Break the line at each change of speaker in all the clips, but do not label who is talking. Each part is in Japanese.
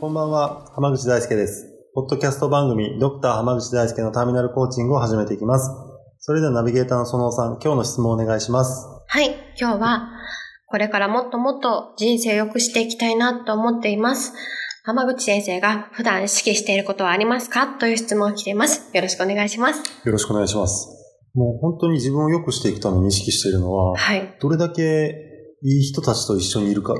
こんばんは、浜口大輔です。ポッドキャスト番組、ドクター浜口大輔のターミナルコーチングを始めていきます。それではナビゲーターのそのおさん、今日の質問をお願いします。
はい今日はこれからもっともっと人生を良くしていきたいなと思っています浜口先生が普段意識していることはありますかという質問を来ていますよろしくお願いします
よろしくお願いします。もう本当に自分を良くしていくために意識しているのは、
はい
どれだけいい人たちと一緒にいるかっ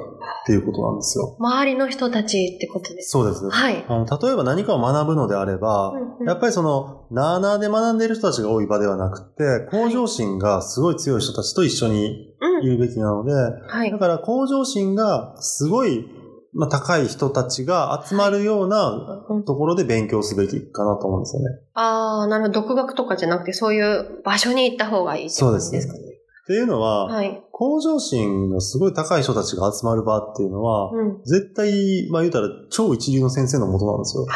ていうことなんですよ。
周りの人たちってことです
そうですね。
はい
あの例えば何かを学ぶのであれば、
うんうん
やっぱりその、なあなあで学んでいる人たちが多い場ではなくて、向上心がすごい強い人たちと一緒に
う
い
ん
るべきなので、
はい
だから向上心がすごい、まあ、高い人たちが集まるような
うん
ところで勉強すべきかなと思うんですよね。
ああ、なるほど。独学とかじゃなくて、そういう場所に行った方がいいって
そう
こ
で
と
すね。
で
っ
すかね。
ていうのは、
はい。
向上心がすごい高い人たちが集まる場っていうのは、
うん。
絶対、まあ言うたら超一流の先生のもとなんですよ。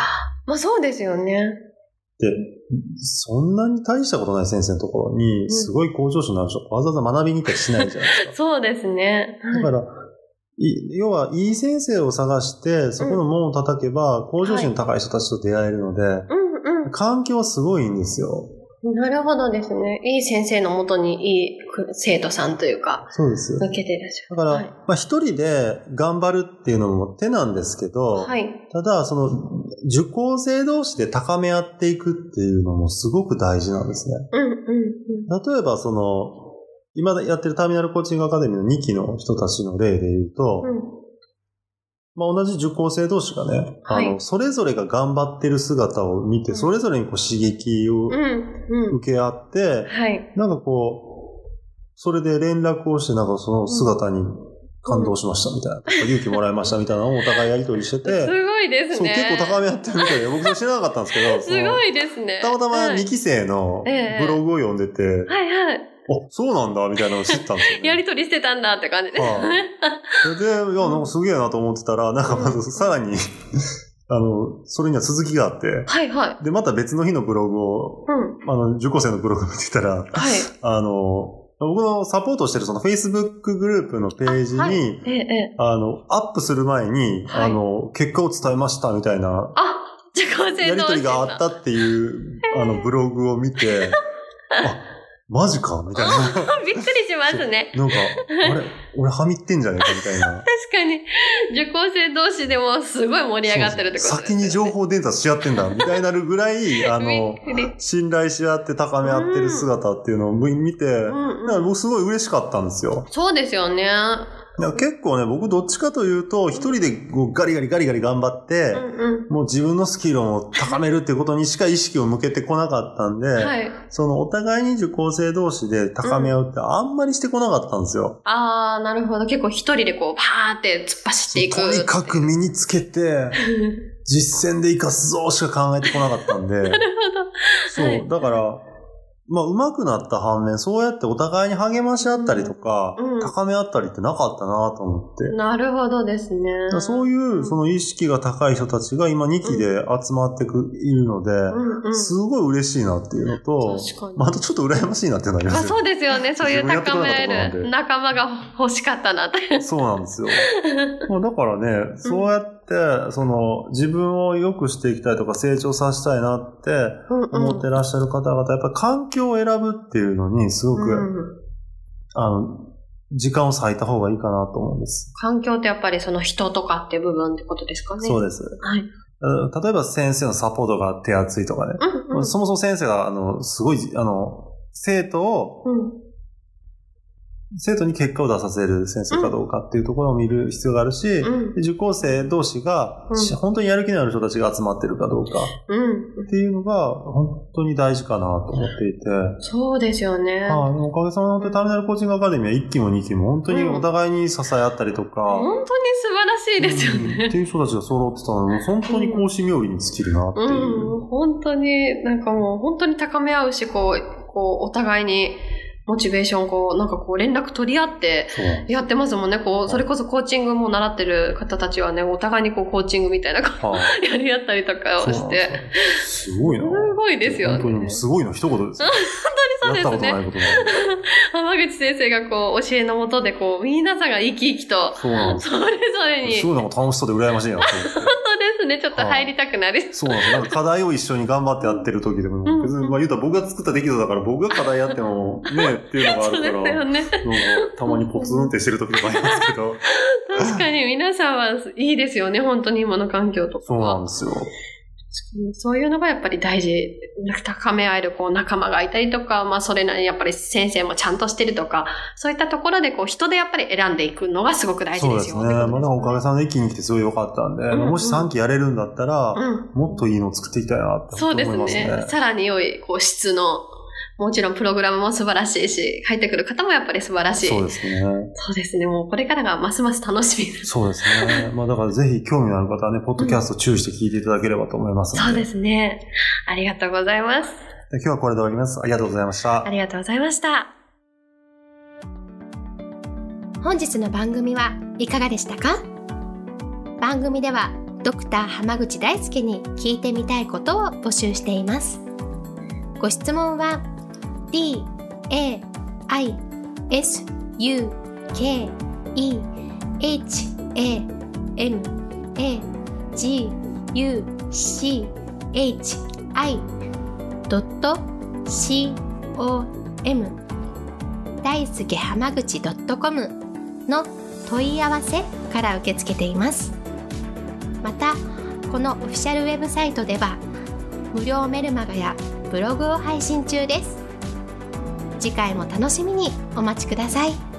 まあそうですよね。
そんなに大したことない先生のところに、すごい向上心のある人、わざわざ学びに行ったりしないじゃないですか。
そうですね。
だから、い要は、いい先生を探して、そこの門を叩けば、向上心の高い人たちと出会えるので、
うんう
環境はすごいんですよ。
ん。なるほどですね。いい先生のもとにいい生徒さんというか、
そうです。
抜けてらっしゃ
だから、
はい
まあ一人で頑張るっていうのも手なんですけど、
る。はい。
ただ、その、受講生同士で高め合っていくっていうのもすごく大事なんですね。
うんうん
例えば、その、今やってるターミナルコーチングアカデミーの2期の人たちの例で言うと、
うん。うん。
まあ、同じ受講生同士がね、
はい
あの、それぞれが頑張ってる姿を見て、
うん
それぞれにこう刺激
う
を
んうん。
受け合って、
はい。
なんかこう、それで連絡をして、なんかその姿に感動しましたみたいな、とか勇気もらいましたみたいなのをお互いやりとりして
す
て、
ごいです
そう
ね。
結構高め合ってるみたいで、僕それ知らなかったんですけど、そ
す
の
ごいですね。
たまたま
はい
2期生の
ええ
ブログを読んでて、
はいはい。
あ、そうなんだみたいなのを知ったんですよ、ね。
やりとりしてたんだって感じです
はい
ね。
それで、いや、なんかすげえなと思ってたら、なんかまずさらに、 あの、それには続きがあって、
はいはい。
で、また別の日のブログを、
うん。
あの、受講生のブログ見てたら、
はい。
あの、僕のサポートしてるその Facebook グループのページに、あ,、
あはええ、ええ。
の、アップする前に、
はい
あの、結果を伝えましたみたいな、
あ、受講生
やり
同
とり
士
が
の
あったっていう、あの、ブログを見て、あ、マジかみたいな。
びっくりしますね。
なんか、あれ俺はみってんじゃねえかみたいな。
確かに、受講生同士でもすごい盛り上がってるってことです、ね、
先に情報伝達し合ってんだ、みたいになるぐらい、あの
び、っくり。
信頼し合って高め合ってる姿っていうのを見て、
う
だ
ん
か
う
ら
ん、
僕すごい嬉しかったんですよ。
そうですよね。
だから結構ね、僕どっちかというと、一人でこうガリガリガリガリ頑張っ
う
て、
んう
もう自分のスキルを高めるってことにしか意識を向けてこなかったんで、
ん。はい。
そのお互いに受講生同士で高め合うってあんまりしてこなかったんですよ。
あー、なるほど。結構一人でこう、パーって突っ走っていく。
とにかく身につけて、
な
実践で生かすぞしか考えてこなかったん で、
るほど。
そ、
はいう
だから、まあ、上手くなった反面、そうやってお互いに励まし合ったりとか、
うんうん
高め合ったりってなかったなと思っ て。
なるほどですね
だか。らそういう、その意識が高い人たちが今2期で集まってく、いるので、
うんうん。
すごい嬉しいなっていうのと、
確かに
まあ、あとちょっと羨ましいなっていうのがありま
あ
すよ
そうですよね。そういう高め
自分
る
や
仲間が欲しかったなという。
そうな んですよ。まあだからね、そうやって、その、自分を良くしていきたいとか成長させたいなって
うん
思ってらっしゃる方々、やっぱり環境を選ぶっていうのにすごく、
うん
あの、時間を割いた方がいいかなと思うんです。
環境ってやっぱりその人とかって部分ってことですかね。
そう
う
です。
はい。
あの例えば先生のサポートが手厚いとかね。
うんうん。
そもそも先生が、あの、すごい、あの、生徒を
うん
生徒に結果を出させる先生かどうかっていうところを見る必要があるし、
うん
で受講生同士が、
うん
し本当にやる気のある人たちが集まってるかどうか
うん。
っていうのが本当に大事かなと思っていて、
そうですよね。
はいおかげさまでターミナルコーチングアカデミーは1期も2期も本当にお互いに支え合ったりとか、
本当に素晴らしいですよ
うんっ
ね。
ていう人たちが揃ってたので、本当に講師冥利に尽きるなっていうう。
ん、本当に、なんかもう本当に高め合うし、こう、こう、お互いにモチベーションをこう、なんかこう、連絡取り合って、
そう
やってますもんね。こう、それこそコーチングも習ってる方たちはね、お互いにこう、コーチングみたいなこ
は
う、やり合ったりとかをして。
い、そうなんですよすごい
す
な。
ごいですよね。
本当にもうすごいの一言ですよ。
そうですね
やったことないことなのに
浜口先生がこう、教えのもとでこう、皆さんが生き生きと、
そうなんです
それぞれに、
す
本
ごいなんか楽しそうで羨ましいなと思って。
当ですね、ちょっと入りたくなり
そうなんですよ。なんか課題を一緒に頑張ってやってる時でも
うん、
別に、まあ言うたら僕が作った出来事だから僕が課題やっても ね、っていうのがあ
そうです
るから、な
よ
んか
ね。
たまにポツンってしてる時とかありますけど、
確かに皆さんはいいですよね、本当に今の環境とか
そうな
は。
んですよ。
うんそういうのがやっぱり大事。高め合えるこう仲間がいたりとか、まあそれなりにやっぱり先生もちゃんとしてるとか、そういったところでこう人でやっぱり選んでいくのがすごく大事
そう
で
ですす
よ
ね。まあなんかおかげさんの一気に来てすごい良かったんで、
んうん
もし3期やれるんだったら、
うん。
もっといいのを作っていきたいなって
そうで
本当に
す
思いますね。
ね。さらに良いこう質の、もちろんプログラムも素晴らしいし、入ってくる方もやっぱり素晴らしい。
そうですね。
そうですね。もうこれからがますます楽しみです。
そうですね。まあだからぜひ興味のある方はね、ポッドキャスト注意して聞いていただければと思いますの
そう
で。
ですね。ありがとうございます。
で今日はこれで終わります。ありがとうございました
あ。りがとうございました。
本日の番組はいかがでしたか番組ではドクター濱口大輔に聞いてみたいことを募集していますご質問は d a i s u k e h a m a g u c h i c o m 大輔濱口 .com の問い合わせから受け付けていますまたこのオフィシャルウェブサイトでは無料メルマガやブログを配信中です次回も楽しみにお待ちください